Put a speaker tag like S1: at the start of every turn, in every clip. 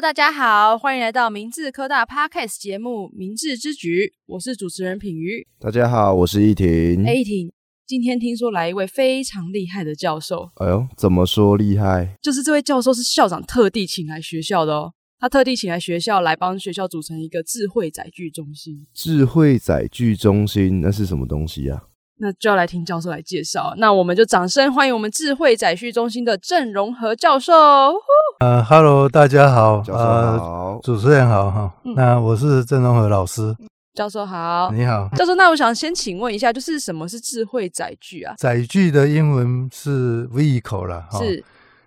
S1: 大家好，欢迎来到明治科大 Podcast 节目《明治之举》，我是主持人品瑜。
S2: 大家好，我是依婷。
S1: 哎、婷，今天听说来一位非常厉害的教授，
S2: 哎呦，怎么说厉害？
S1: 就是这位教授是校长特地请来学校的哦，他特地请来学校来帮学校组成一个智慧载具中心。
S2: 智慧载具中心那是什么东西啊？
S1: 那就要来听教授来介绍，那我们就掌声欢迎我们智慧载具中心的郑荣和教授。
S3: 呃，Hello，大家好，
S2: 教授
S3: 呃，
S2: 好，
S3: 主持人好哈，
S1: 嗯
S3: 那我是郑荣和老师，
S1: 教授好，嗯
S3: 你好。
S1: 教授，那我想先请问一下，就是什么是智慧载具啊？
S3: 载具的英文是 vehicle 啦，哈
S1: 是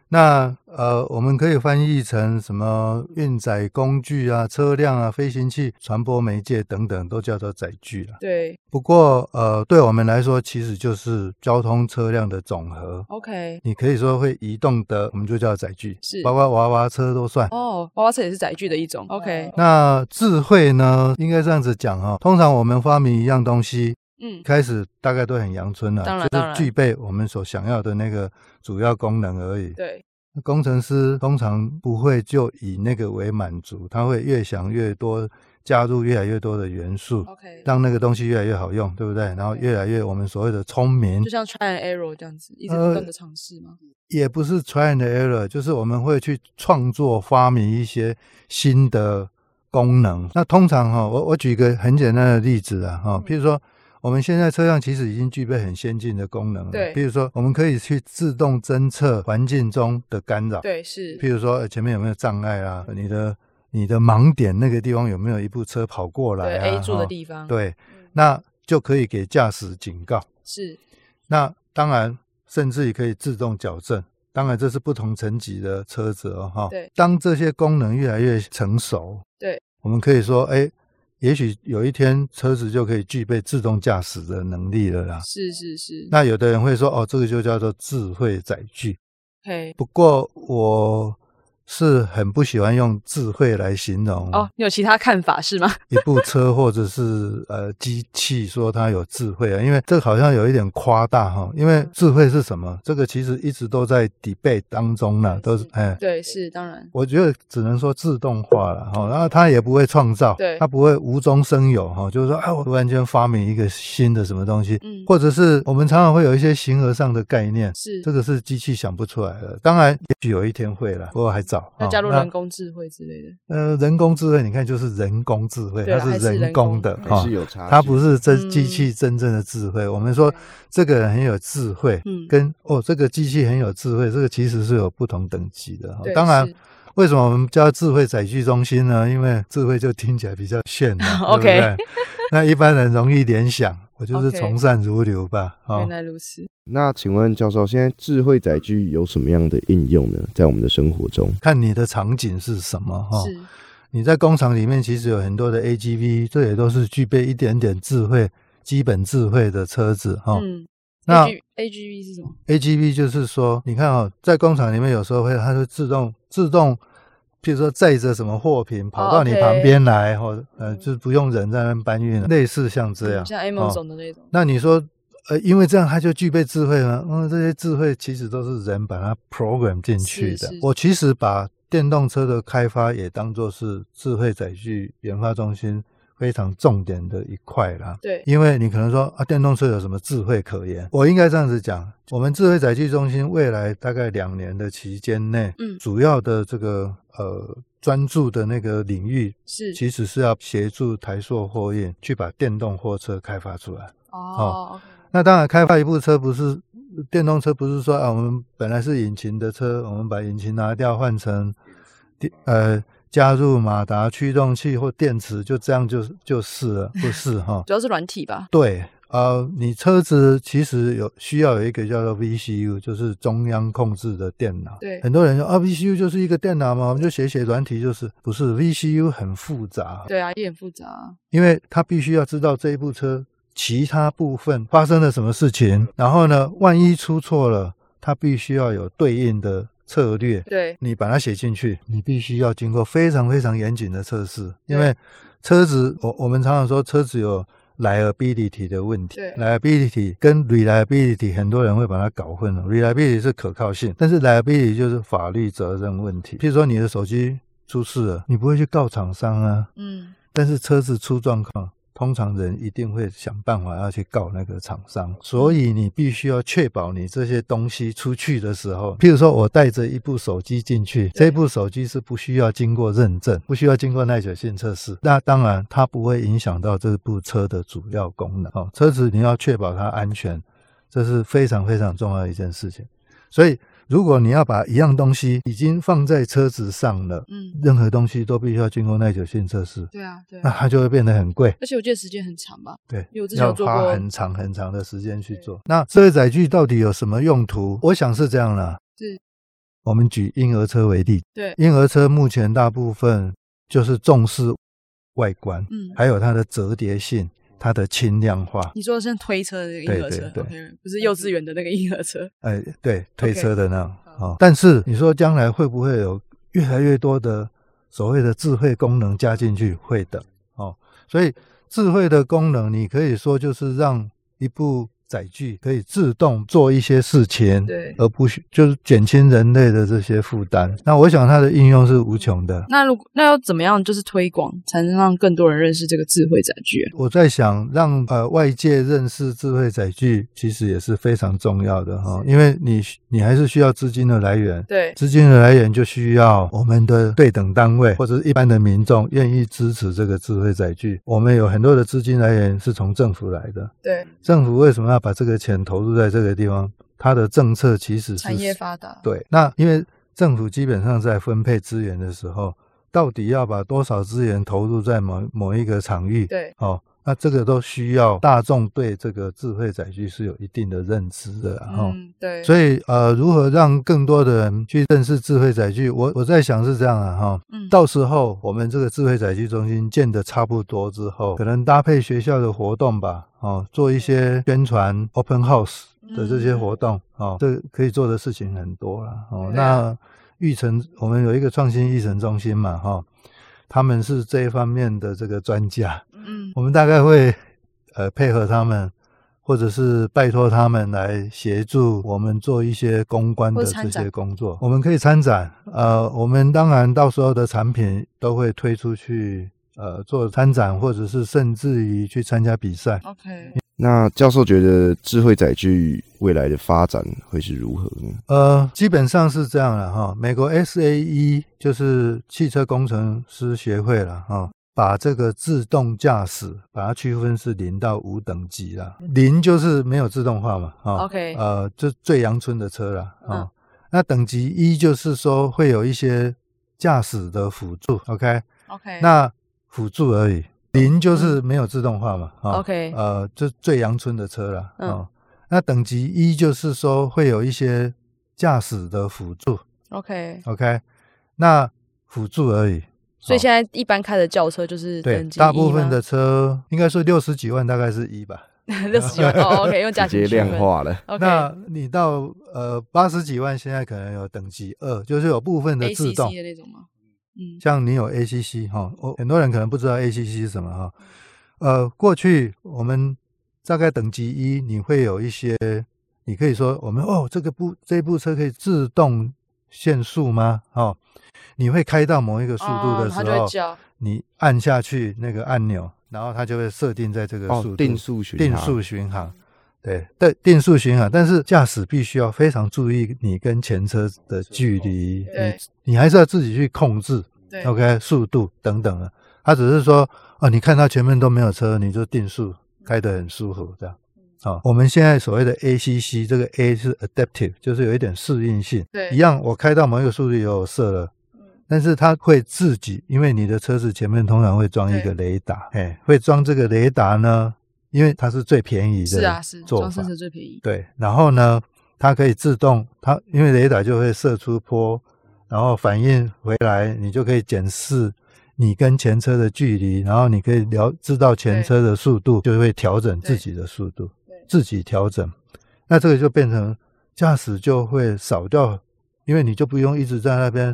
S3: 那呃，我们可以翻译成什么运载工具啊、车辆啊、飞行器、传播媒介等等，都叫做载具啦。
S1: 对
S3: 不过呃，对我们来说，其实就是交通车辆的总和。
S1: ，OK，
S3: 你可以说会移动的，我们就叫载具，
S1: 是
S3: 包括娃娃车都算。
S1: 哦，娃娃车也是载具的一种。OK，
S3: 那智慧呢，应该这样子讲哈、通常我们发明一样东西，
S1: 嗯，
S3: 开始大概都很阳春了、
S1: 当然
S3: 就
S1: 当
S3: 是
S1: 然
S3: 具备我们所想要的那个主要功能而已。
S1: 对，
S3: 工程师通常不会就以那个为满足，他会越想越多，加入越来越多的元素，
S1: OK，
S3: 让那个东西越来越好用，对不对？然后越来越我们所谓的聪明
S1: 就，像 try and error 这样子，一直
S3: 呃
S1: 不断的尝试吗？
S3: 也不是 try and error，就是我们会去创作、发明一些新的功能。那通常哈、我我举一个很简单的例子啊，哈、
S1: 嗯
S3: 譬如说我们现在车辆其实已经具备很先进的功能了，
S1: 对
S3: 譬如说我们可以去自动侦测环境中的干扰，
S1: 对，是，
S3: 譬如说呃前面有没有障碍啦、你的你的盲点那个地方有没有一部车跑过
S1: 对
S3: 来啊？
S1: A 柱的
S3: 哈
S1: 地方，，嗯
S3: 对，那就可以给驾驶警告。
S1: 是，
S3: 那当然，甚至也可以自动矫正。当然，这是不同层级的车子哦，哈。
S1: 对。
S3: 当这些功能越来越成熟，
S1: 对，
S3: 我们可以说，哎，也许有一天车子就可以具备自动驾驶的能力了啦。
S1: 是是是
S3: 啊那有的人会说，哦，这个就叫做智慧载具。
S1: ，OK，
S3: 不过我是很不喜欢用智慧来形容
S1: 哦，你有其他看法是吗？
S3: 一部车或者是呃机器说它有智慧啊，因为这好像有一点夸大哈。因为智慧是什么？这个其实一直都在 debate 当中呢，都是哎，
S1: 对，是，当然，
S3: 我觉得只能说自动化了哈。然后它也不会创造
S1: 对，
S3: 它不会无中生有哈，就是说啊，我突然间发明一个新的什么东西，
S1: 嗯，
S3: 或者是我们常常会有一些形而上的概念。
S1: 是
S3: 这，个是机器想不出来的，当然也许有一天会了，不过还早。
S1: 要
S3: 哈
S1: 加入
S3: 哦那
S1: 人工智慧之类的，
S3: 呃，人工智慧，你看就是人工智慧，
S1: 对啊
S3: 它
S1: 还是人
S3: 人工的
S1: 工
S3: 哈
S2: 还是，有差距。
S3: 它不是这
S1: 嗯
S3: 机器真正的智慧。我们说
S1: OK
S3: 这个人很有智慧，
S1: 嗯
S3: 跟哦这个机器很有智慧，这个其实是有不同等级的哈
S1: 对。
S3: 当然
S1: 是，
S3: 为什么我们叫智慧载具中心呢？因为智慧就听起来比较炫 嘛
S1: OK
S3: 对不对？那一般人容易联想，我就是
S1: OK
S3: 从善如流吧，哈
S1: 原。来如此。
S2: 那请问教授，现在智慧载具有什么样的应用呢？在我们的生活中，
S3: 看你的场景是什么哈。
S1: 是，
S3: 你在工厂里面其实有很多的 AGV，这也都是具备一点点智慧、基本智慧的车子哈、
S1: 嗯，
S3: 哦那
S1: AG AGV E 是什么？
S3: AGV 就是说，你看哦，在工厂里面有时候会，它会自动自动，譬如说载着什么货品跑到你
S1: 哦 OK
S3: 旁边来，或、呃，就不用人在那边搬运了，类似像这样。
S1: 嗯像
S3: 哦
S1: Amazon 的那种，
S3: 那你说，呃，因为这样它就具备智慧吗？嗯，这些智慧其实都是人把它 program 进去的。
S1: 是是
S3: 我其实把电动车的开发也当做是智慧载具研发中心非常重点的一块啦。
S1: 对，
S3: 因为你可能说啊，电动车有什么智慧可言？我应该这样子讲，我们智慧载具中心未来大概两年的期间内，
S1: 嗯
S3: 主要的这个呃专注的那个领域，
S1: 是，
S3: 其实是要协助台塑货运去把电动货车开发出来。
S1: 哦，OK，
S3: 那当然，开发一部车不是电动车，不是说啊，我们本来是引擎的车，我们把引擎拿掉换成电呃加入马达、驱动器或电池，就这样就就是了，不是哈
S1: 主要是软体吧？
S3: 对，呃，你车子其实有需要有一个叫做 VCU，就是中央控制的电脑。
S1: 对
S3: 很多人说啊，VCU 就是一个电脑嘛，我们就写写软体，就是不是 VCU 很复杂，
S1: 对啊，也很复杂，
S3: 因为他必须要知道这一部车其他部分发生了什么事情，然后呢，万一出错了，他必须要有对应的策略。
S1: 对，
S3: 你把它写进去，你必须要经过非常非常严谨的测试，
S1: 对
S3: 因为车子，我我们常常说车子有 liability 的问题
S1: 对
S3: ，liability 跟 reliability 很多人会把它搞混了，reliability 是可靠性，但是 liability 就是法律责任问题。譬如说你的手机出事了，你不会去告厂商啊。
S1: 嗯
S3: 但是车子出状况，通常人一定会想办法要去告那个厂商，所以你必须要确保你这些东西出去的时候，譬如说我带着一部手机进去，这部手机是不需要经过认证，不需要经过耐久性测试，那当然它不会影响到这部车的主要功能哦。车子你要确保它安全，这是非常非常重要的一件事情。所以如果你要把一样东西已经放在车子上了，
S1: 嗯，
S3: 任何东西都必须要经过耐久性测试。
S1: 对啊对
S3: 那
S1: 啊，
S3: 它就会变得很贵。
S1: 而且我记得时间很长吧，
S3: 对，
S1: 因为我之前有
S3: 要
S1: 做
S3: 花
S1: 过
S3: 很长很长的时间去做。那社会载具到底有什么用途？我想是这样啦。
S1: 是，
S3: 我们举婴儿车为例，
S1: 对，
S3: 婴儿车目前大部分就是重视外观，
S1: 嗯，
S3: 还有它的折叠性、它的轻量化。
S1: 你说的是推车的那个婴儿车 o
S3: 对对
S1: k 不是幼稚园的那个婴儿车，
S3: 哎，对，推
S1: OK
S3: 车的那种哦。但是你说将来会不会有越来越多的所谓的智慧功能加进去？会的哦。所以智慧的功能，你可以说就是让一部载具可以自动做一些事情，
S1: 对。
S3: 而不需就是减轻人类的这些负担。那我想它的应用是无穷的。
S1: 那如果那要怎么样，就是推广才能让更多人认识这个智慧载具啊？
S3: 我在想，让呃外界认识智慧载具，其实也是非常重要的哈、哦，因为你你还是需要资金的来源，
S1: 对，
S3: 资金的来源就需要我们的对等单位或者是一般的民众愿意支持这个智慧载具。我们有很多的资金来源是从政府来的，
S1: 对，
S3: 政府为什么要把这个钱投入在这个地方？它的政策其实是
S1: 产业发达，
S3: 对。那因为政府基本上在分配资源的时候，到底要把多少资源投入在某某一个场域？
S1: 对，
S3: 哦，那这个都需要大众对这个智慧载具是有一定的认知的，哦然、后。
S1: 嗯，对，以
S3: 所以呃，如何让更多的人去认识智慧载具？我我在想是这样啊哈、
S1: 嗯，
S3: 到时候我们这个智慧载具中心建的差不多之后，可能搭配学校的活动吧，哦，做一些宣传 open house 的这
S1: 嗯
S3: 些活动，哦，这个可以做的事情很多了哦。
S1: 对啊
S3: 那育成我们有一个创新育成中心嘛哈、他们是这一方面的这个专家，
S1: 嗯，
S3: 我们大概会呃配合他们，或者是拜托他们来协助我们做一些公关的
S1: 或参
S3: 这
S1: 展
S3: 些工作。我们可以参展，呃，我们当然到时候的产品都会推出去，呃，做参展，或者是甚至于去参加比赛。
S1: OK，
S2: 那教授觉得智慧载具未来的发展会是如何呢？
S3: 呃，基本上是这样了哈。美国 SAE 就是汽车工程师协会了哈，把这个自动驾驶把它区分是零到五等级啦，零就是没有自动化嘛哈。
S1: OK
S3: 呃，就最阳春的车啦啊、
S1: 嗯
S3: 那等级一就是说会有一些驾驶的辅助，OK，
S1: OK，
S3: 那辅助而已。零就是没有自动化嘛啊、
S1: 嗯 OK
S3: 呃，就最阳春的车啦啊、
S1: 嗯
S3: 那等级一就是说会有一些驾驶的辅助
S1: OK，
S3: ，OK，那辅助而已。
S1: 所以
S3: 哦
S1: 现在一般开的轿车就是
S3: 对
S1: 等，级
S3: 大
S1: 一
S3: 部分
S1: 吗
S3: 的车应该说六十几万，大概是一吧。
S1: 六十九哦，OK，用价
S2: 直
S1: 钱
S2: 接
S1: 区
S2: 量
S1: 分。
S2: 化了，
S1: OK，
S3: 那你到呃八十几万，现在可能有等级二，就是有部分的自
S1: ACC
S3: 动，
S1: 的那种吗？嗯，
S3: 像你有 ACC 哈、哦，很多人可能不知道 ACC 是什么哈、呃，过去我们大概等级一，你会有一些，你可以说我们哦，这个部这部车可以自动限速吗？哦，你会开到某一个速度的
S1: 哦它
S3: 时
S1: 就会
S3: 候，
S1: 叫
S3: 你按下去那个按钮，然后它就会设定在这个速度、
S2: 哦，定速巡
S3: 定
S2: 航
S3: 速巡航，对，对，定速巡航，但是驾驶必须要非常注意你跟前车的距离，
S1: 对
S3: 你你还是要自己去控制
S1: 对
S3: ，OK，速度等等的。他只是说，哦，你看到前面都没有车，你就定速，
S1: 嗯
S3: 开得很舒服这样。哦，我们现在所谓的 ACC，这个 A 是 adaptive，就是有一点适应性。
S1: 对嗯
S3: 一样，我开到某一个速度有射了，但是它会自己，因为你的车子前面通常会装一个雷达，哎，会装这个雷达呢，因为它是最便宜的
S1: 是啊是
S3: 做
S1: 装
S3: 法
S1: 饰，车最便宜。
S3: 对，然后呢，它可以自动，它因为雷达就会射出波，然后反应回来，你就可以检视你跟前车的距离，然后你可以了知道前车的速度，就会调整自己的速度
S1: 对对，
S3: 自己调整。那这个就变成驾驶就会少掉，因为你就不用一直在那边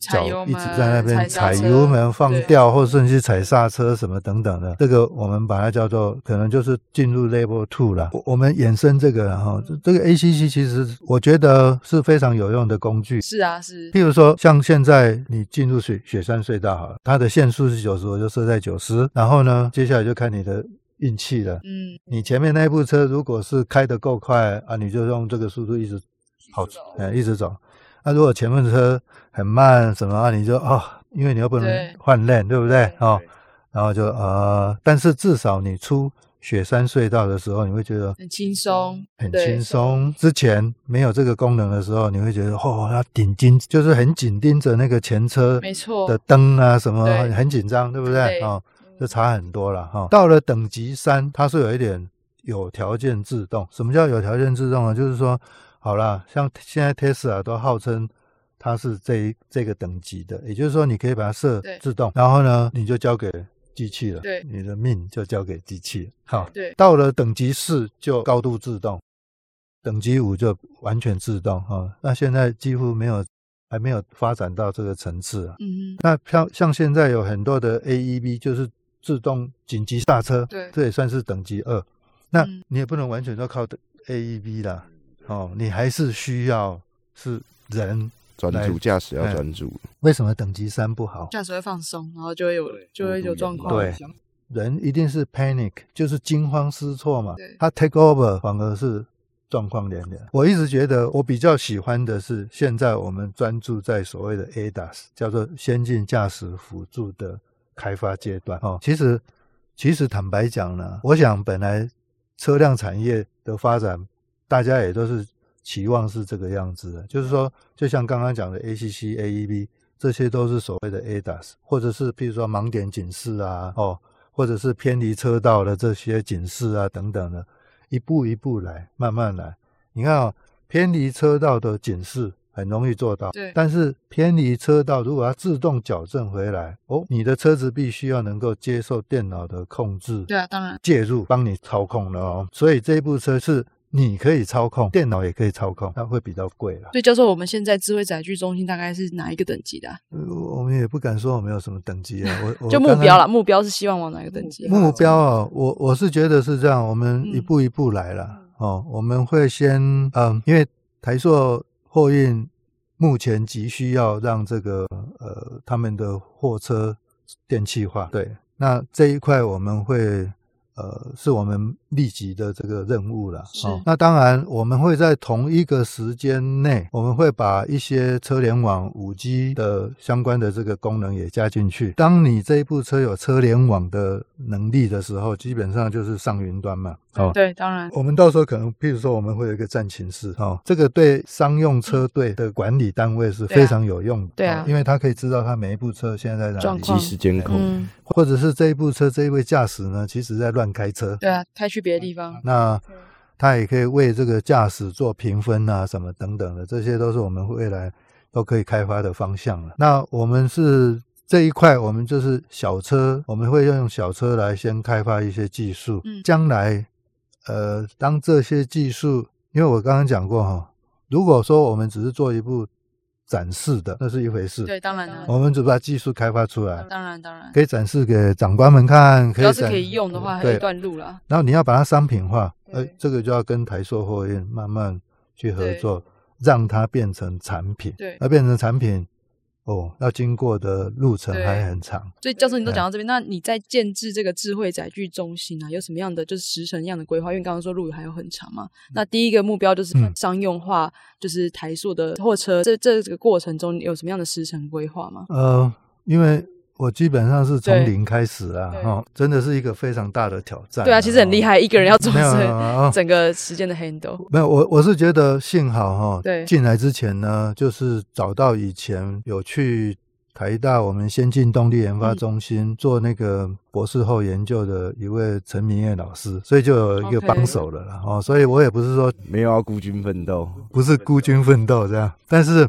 S1: 踩
S3: 脚
S1: 油
S3: 一直
S1: 门
S3: 在那边
S1: 踩
S3: 踩
S1: 刹车
S3: 油门放
S1: 对
S3: 掉，或甚至踩刹车什么等等的，这个我们把它叫做可能就是进入 level two 了。我我们衍生这个了哈，这这个 ACC 其实我觉得是非常有用的工具。
S1: 是啊，是
S3: 譬如说，像现在你进入雪雪山隧道好了，它的限速是九十，我就设在九十，然后呢，接下来就看你的运气了。
S1: 嗯，
S3: 你前面那一部车如果是开得够快啊，你就用这个速度一直跑，
S1: 哦
S3: 呃，一直走。那、如果前面的车很慢什么啊，你就哦，因为你又不能
S1: 对
S3: 换链，对不对？
S1: 对
S3: 哦，然后就呃，但是至少你出雪山隧道的时候，你会觉得
S1: 很轻松，
S3: 很
S1: 嗯对
S3: 轻松。之前没有这个功能的时候，你会觉得哦，要紧盯，就是很紧盯着那个前车
S1: 没错嗯
S3: 的灯啊什么，
S1: 对
S3: 很紧张，对不对？
S1: 对
S3: 哦，就差很多了哈、到了等级三，它是有一点有条件制动。什么叫有条件制动呢？就是说，好啦，像现在 Tesla 都号称它是这一这个等级的，也就是说，你可以把它设
S1: 对
S3: 自动，然后呢，你就交给机器了，
S1: 对
S3: 你的命就交给机器了。好，
S1: 对
S3: 到了等级四就高度自动，等级五就完全自动哈、那现在几乎没有，还没有发展到这个层次啊。
S1: 嗯，
S3: 那像像现在有很多的 AEB，就是自动紧急刹车，
S1: 对
S3: 这也算是等级二。那
S1: 嗯
S3: 你也不能完全都靠 AEB 啦，哦，你还是需要是人。
S2: 专
S3: 来
S2: 注驾驶要
S3: 哎
S2: 专注，
S1: 嗯
S3: 为什么等级三不好？
S1: 驾驶会放松，然后就会有就会有状况，
S3: 对，人一定是 panic，就是惊慌失措嘛
S1: 对。
S3: 他 take over 反而是状况连连。我一直觉得我比较喜欢的是，现在我们专注在所谓的 ADAS，叫做先进驾驶辅助的开发阶段。哦，其实其实坦白讲呢，我想本来车辆产业的发展，大家也都是期望是这个样子的，就是说，就像刚刚讲的 ACC、AEB。这 E 些都是所谓的 ADAS，或者是譬如说盲点警示啊，哦，或者是偏离车道的这些警示啊等等的，一步一步来，慢慢来。你看啊、偏离车道的警示很容易做到，
S1: 对
S3: 但是偏离车道如果要自动矫正回来，哦，你的车子必须要能够接受电脑的控制，
S1: 对啊，当然
S3: 介入帮你操控了哦。所以这部车是你可以操控，电脑也可以操控，那会比较贵了。
S1: 所以教授，我们现在智慧载具中心大概是哪一个等级的啊、
S3: 呃我们也不敢说我们有什么等级啊，我我
S1: 就目
S3: 刚刚
S1: 标啦，目标是希望往哪个等级？
S3: 目标啊，我我是觉得是这样，我们
S1: 嗯
S3: 一步一步来了、哦。我们会先嗯，因为台塑货运目前急需要让这个呃他们的货车电气化，对，那这一块我们会呃是我们立即的这个任务了。
S1: 是
S3: 那当然我们会在同一个时间内，我们会把一些车联网五 G 的相关的这个功能也加进去。当你这一部车有车联网的能力的时候，基本上就是上云端嘛。哦，
S1: 对，当然
S3: 我们到时候可能，譬如说，我们会有一个战情室哦，这个对商用车队的管理单位是非常有用的，
S1: 嗯对啊
S3: 哦因为他可以知道他每一部车现在在哪
S1: 状
S3: 里，
S1: 况
S2: 及时监控。
S1: 嗯，
S3: 或者是这一部车这一位驾驶呢，其实在乱开车，
S1: 对啊，开去别的地方，
S3: 那他也可以为这个驾驶做评分啊，什么等等的，这些都是我们未来都可以开发的方向了。那我们是这一块，我们就是小车，我们会用小车来先开发一些技术，
S1: 嗯
S3: 将来呃，当这些技术，因为我刚刚讲过哈、如果说我们只是做一部展示的，那是一回事，
S1: 对，当然啊啊
S3: 我们只把技术开发出来。
S1: 当然当然，
S3: 可以展示给长官们看，可
S1: 只
S3: 以
S1: 要是
S3: 展
S1: 可以用的话，还有一
S3: 对，
S1: 段路啦。
S3: 然后你要把它商品化，呃
S1: 对，
S3: 这个就要跟台塑货运慢慢去合
S1: 对
S3: 作，让它变成产品。
S1: 对
S3: 而变成产品，哦，要经过的路程
S1: 对
S3: 还很长。
S1: 所以教授，你都讲到这边，那你在建制这个智慧载具中心啊，有什么样的就是时程一样的规划？因为刚刚说路还有很长嘛。那第一个目标就是
S3: 嗯
S1: 商用化，就是台塑的货车。这这个过程中有什么样的时程规划吗？
S3: 呃，因为我基本上是从
S1: 对
S3: 零开始啊，
S1: 对
S3: 哈、真的是一个非常大的挑战、
S1: 对啊，其实很厉
S3: 哦。
S1: 害，一个人要做
S3: 没有啊哦没有
S1: 成
S3: 没有
S1: 整个时间的 handle。
S3: 没有，我我是觉得幸好哈，
S1: 对
S3: 进来之前呢，就是找到以前有去台大我们先进动力研
S1: 嗯
S3: 发中心、做那个博士后研究的一位陈明业老师，所以就有一个
S1: OK
S3: 帮手了啦哦，所以我也不是说
S2: 没有要孤军奋斗，
S3: 不是孤军奋斗这 样，但是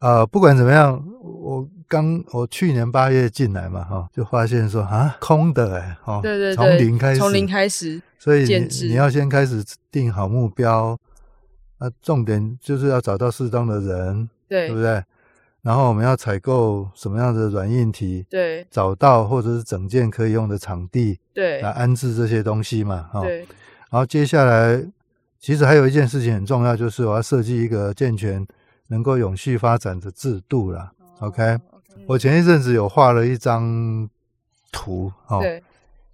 S3: 呃，不管怎么样，我刚我去年八月进来嘛哈、就发现说啊空的哎、哦，
S1: 对对对，
S3: 从零开始，
S1: 从零开始，
S3: 所以
S1: 建
S3: 你
S1: 制
S3: 你要先开始定好目标，啊，重点就是要找到适当的人，
S1: 对
S3: 对不对？然后我们要采购什么样的软硬体，
S1: 对
S3: 找到或者是整件可以用的场地
S1: 对
S3: 来安置这些东西嘛，哈、
S1: 对
S3: 然后接下来，其实还有一件事情很重要，就是我要设计一个健全、能够永续发展的制度啦。OK，我
S1: 哦嗯
S3: 前一阵子有画了一张图哦，
S1: 对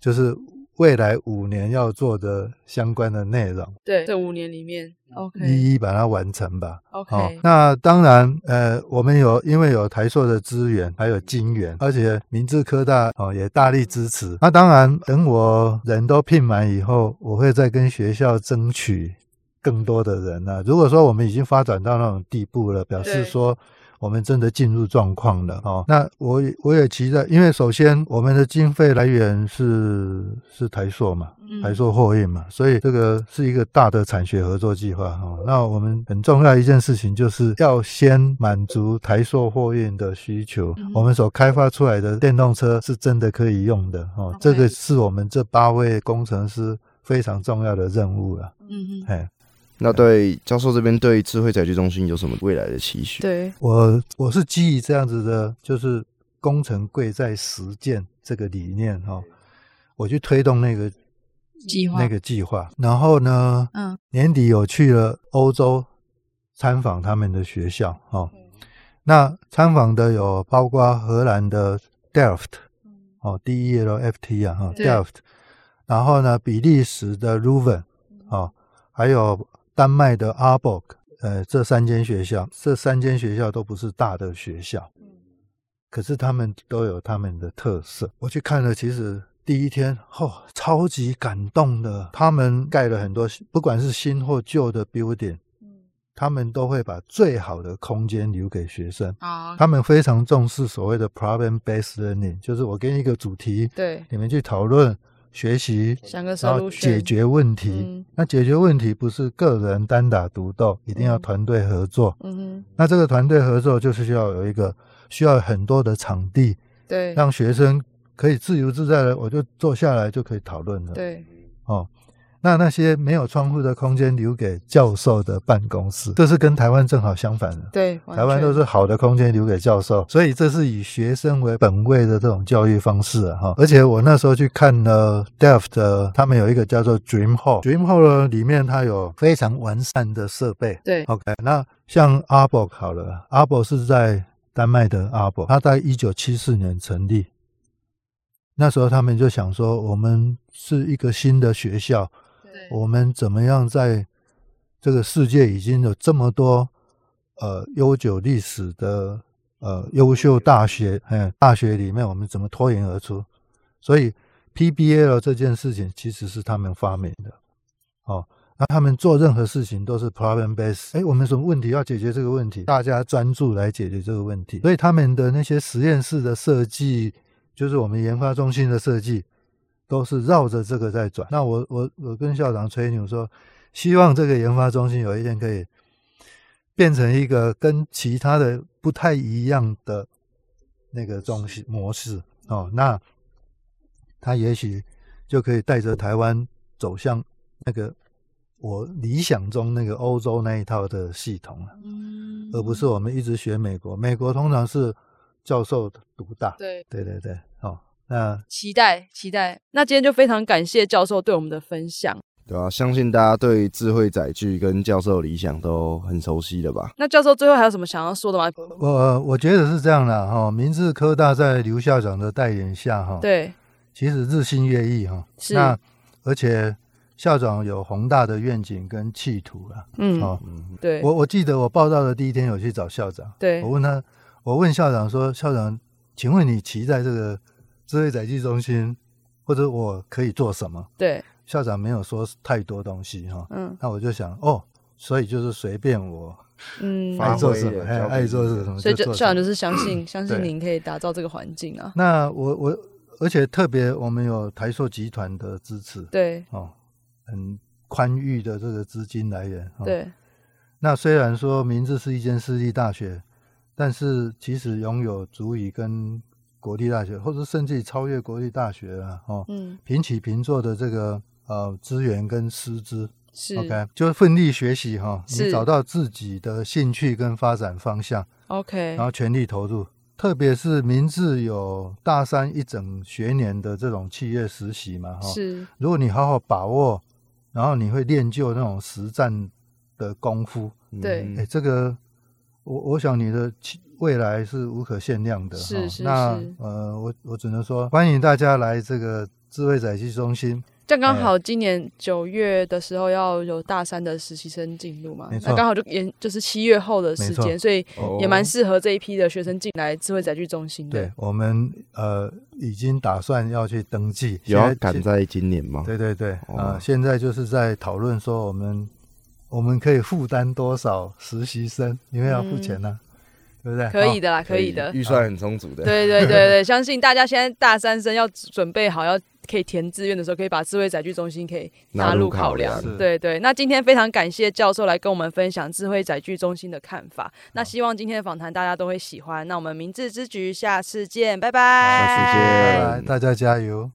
S3: 就是未来五年要做的相关的内容，
S1: 对这五年里面，OK
S3: 嗯一一把它完成吧。哦
S1: OK，，
S3: 那当然，呃，我们有因为有台硕的资源，还有金源，而且明治科大哦也大力支持。那当然，等我人都聘满以后，我会再跟学校争取更多的人呢、如果说我们已经发展到那种地步了，表示
S1: 对
S3: 说。我们真的进入状况了哦，那我也我也期待，因为首先我们的经费来源是是台硕嘛，
S1: 嗯
S3: 还做货运嘛，所以这个是一个大的产学合作计划哦。那我们很重要一件事情就是要先满足台塑货运的需求，
S1: 嗯
S3: 我们所开发出来的电动车是真的可以用的哦。
S1: OK
S3: 这个是我们这八位工程师非常重要的任务了、
S1: 嗯嗯，
S3: 哎，
S2: 那对教授这边对智慧载具中心有什么未来的期许？
S3: 嗯
S1: 对
S3: 我我是基于这样子的，就是工程贵在实践这个理念哦，我去推动那个
S1: 计划
S3: 那个计划，然后呢，
S1: 嗯
S3: 年底有去了欧洲参访他们的学校哦。那参访的有包括荷兰的 Delft 哦，D E L F T 啊哈、哦、
S1: 对
S3: Delft，然后呢比利时的 Leuven 哦，还有丹麦的 a r b o k 呃，这三间学校，这三间学校都不是大的学校，可是他们都有他们的特色。我去看了，其实第一天，哦，超级感动的。他们盖了很多，不管是新或旧的 building，他们都会把最好的空间留给学生。
S1: 啊，
S3: 他们非常重视所谓的 problem based learning，就是我给你一个主题，
S1: 对，
S3: 你们去讨论、学习，
S1: 想个
S3: 然后
S1: solution
S3: 解决问题。
S1: 嗯
S3: 那解决问题不是个人单打独斗，一定要
S1: 嗯
S3: 团队合作。
S1: 嗯哼，
S3: 那这个团队合作就是需要有一个需要很多的场地，
S1: 对
S3: 让学生可以自由自在的，我就坐下来就可以讨论了。
S1: 对
S3: 哦，那那些没有窗户的空间留给教授的办公室，这是跟台湾正好相反的。
S1: 对，完
S3: 台湾
S1: 全
S3: 都是好的空间留给教授，所以这是以学生为本位的这种教育方式啊哈、而且我那时候去看了 Delft 的，他们有一个叫做 Dream Hall，Dream Hall 呢里面它有非常完善的设备，
S1: 对
S3: OK，那像阿伯好了，阿伯是在丹麦的阿伯，他在一九七四年成立。那时候他们就想说，我们是一个新的学校，
S1: 对
S3: 我们怎么样在这个世界已经有这么多呃悠久历史的呃优秀大学，嗯，大学里面我们怎么脱颖而出？所以 PBL 这件事情其实是他们发明的，哦，那他们做任何事情都是 problem based，哎，我们什么问题要解决这个问题，大家专注来解决这个问题，所以他们的那些实验室的设计，就是我们研发中心的设计，都是绕着这个在转。那我我我跟校长吹牛说，希望这个研发中心有一天可以变成一个跟其他的不太一样的那个中心模式哦，那他也许就可以带着台湾走向那个我理想中那个欧洲那一套的系统了，
S1: 嗯
S3: 而不是我们一直学美国。美国通常是教授独大，
S1: 对。
S3: 对对对，哦，那
S1: 期待期待。那今天就非常感谢教授对我们的分享。
S2: 对啊，相信大家对智慧载具跟教授理想都很熟悉了吧？
S1: 那教授最后还有什么想要说的吗？
S3: 我我觉得是这样的哈、明治科大在刘校长的带领下哈、，
S1: 对，
S3: 其实日新月异哈、
S1: 是
S3: 那而且校长有宏大的愿景跟企图啊。
S1: 嗯，
S3: 哦，
S1: 对，
S3: 我我记得我报道的第一天有去找校长，
S1: 对
S3: 我问他，我问校长说，校长，请问你期待这个智慧载具中心，或者我可以做什么？
S1: 对，
S3: 校长没有说太多东西哈、
S1: 嗯
S3: 那我就想哦，所以就是随便我
S1: 嗯，
S2: 发
S3: 爱做
S2: 挥
S3: 什
S2: 了
S3: 么，哎
S2: 交给
S3: 爱
S2: 你
S3: 做什么
S1: 所以
S3: 就
S1: 就
S3: 做什
S1: 校
S3: 么
S1: 长就是相信相信
S3: 对
S1: 您可以打造这个环境啊。
S3: 那我我而且特别，我们有台塑集团的支持
S1: 对
S3: 哦，很宽裕的这个资金来源。哦、，
S1: 对
S3: 那虽然说明治是一间私立大学，但是其实拥有足以跟国立大学，或者甚至超越国立大学啊，哦，
S1: 嗯
S3: 平起平坐的这个呃资源跟师资。
S1: 是
S3: OK，就是奋力学习哈、
S1: 是
S3: 你找到自己的兴趣跟发展方向，
S1: OK，
S3: 然后全力投入。特别是明治有大三一整学年的这种企业实习嘛，哈，
S1: 是
S3: 如果你好好把握，然后你会练就那种实战的功夫，
S1: 对
S3: 哎、这个我我想你的期未来是无可限量的。
S1: 是
S3: 哈
S1: 是
S3: 那
S1: 是
S3: 呃，我我只能说欢迎大家来这个智慧载具中心。
S1: 这样刚
S3: 哎
S1: 好今年九月的时候要有大三的实习生进入嘛
S3: 没，
S1: 那
S3: 错
S1: 刚好就延就是七月后的时
S3: 没
S1: 间，
S3: 错
S1: 所以
S2: 哦
S1: 也蛮适合这一批的学生进来智慧载具中心的
S3: 对。我们呃已经打算要去登记，
S2: 有要
S3: 现
S2: 赶在今年吗？
S3: 对对对啊、
S2: 哦
S3: 现在就是在讨论说我们我们可以负担多少实习生，因为要付钱呢、对 不对？
S1: 嗯可以
S3: 哦
S1: 的啦，可以 的。
S2: 预算很充足的。
S1: 对对对对， 相信大家现在大三生要准备好，要可以填志愿的时候，可以把智慧载具中心可以纳入考量
S2: 纳入考量。
S3: 是
S1: 对对，那今天非常感谢教授来跟我们分享智慧载具中心的看法。那希望今天的访谈大家都会喜欢。那我们明智之局下次见，拜拜。
S2: 下次见
S3: 拜拜，大家加油。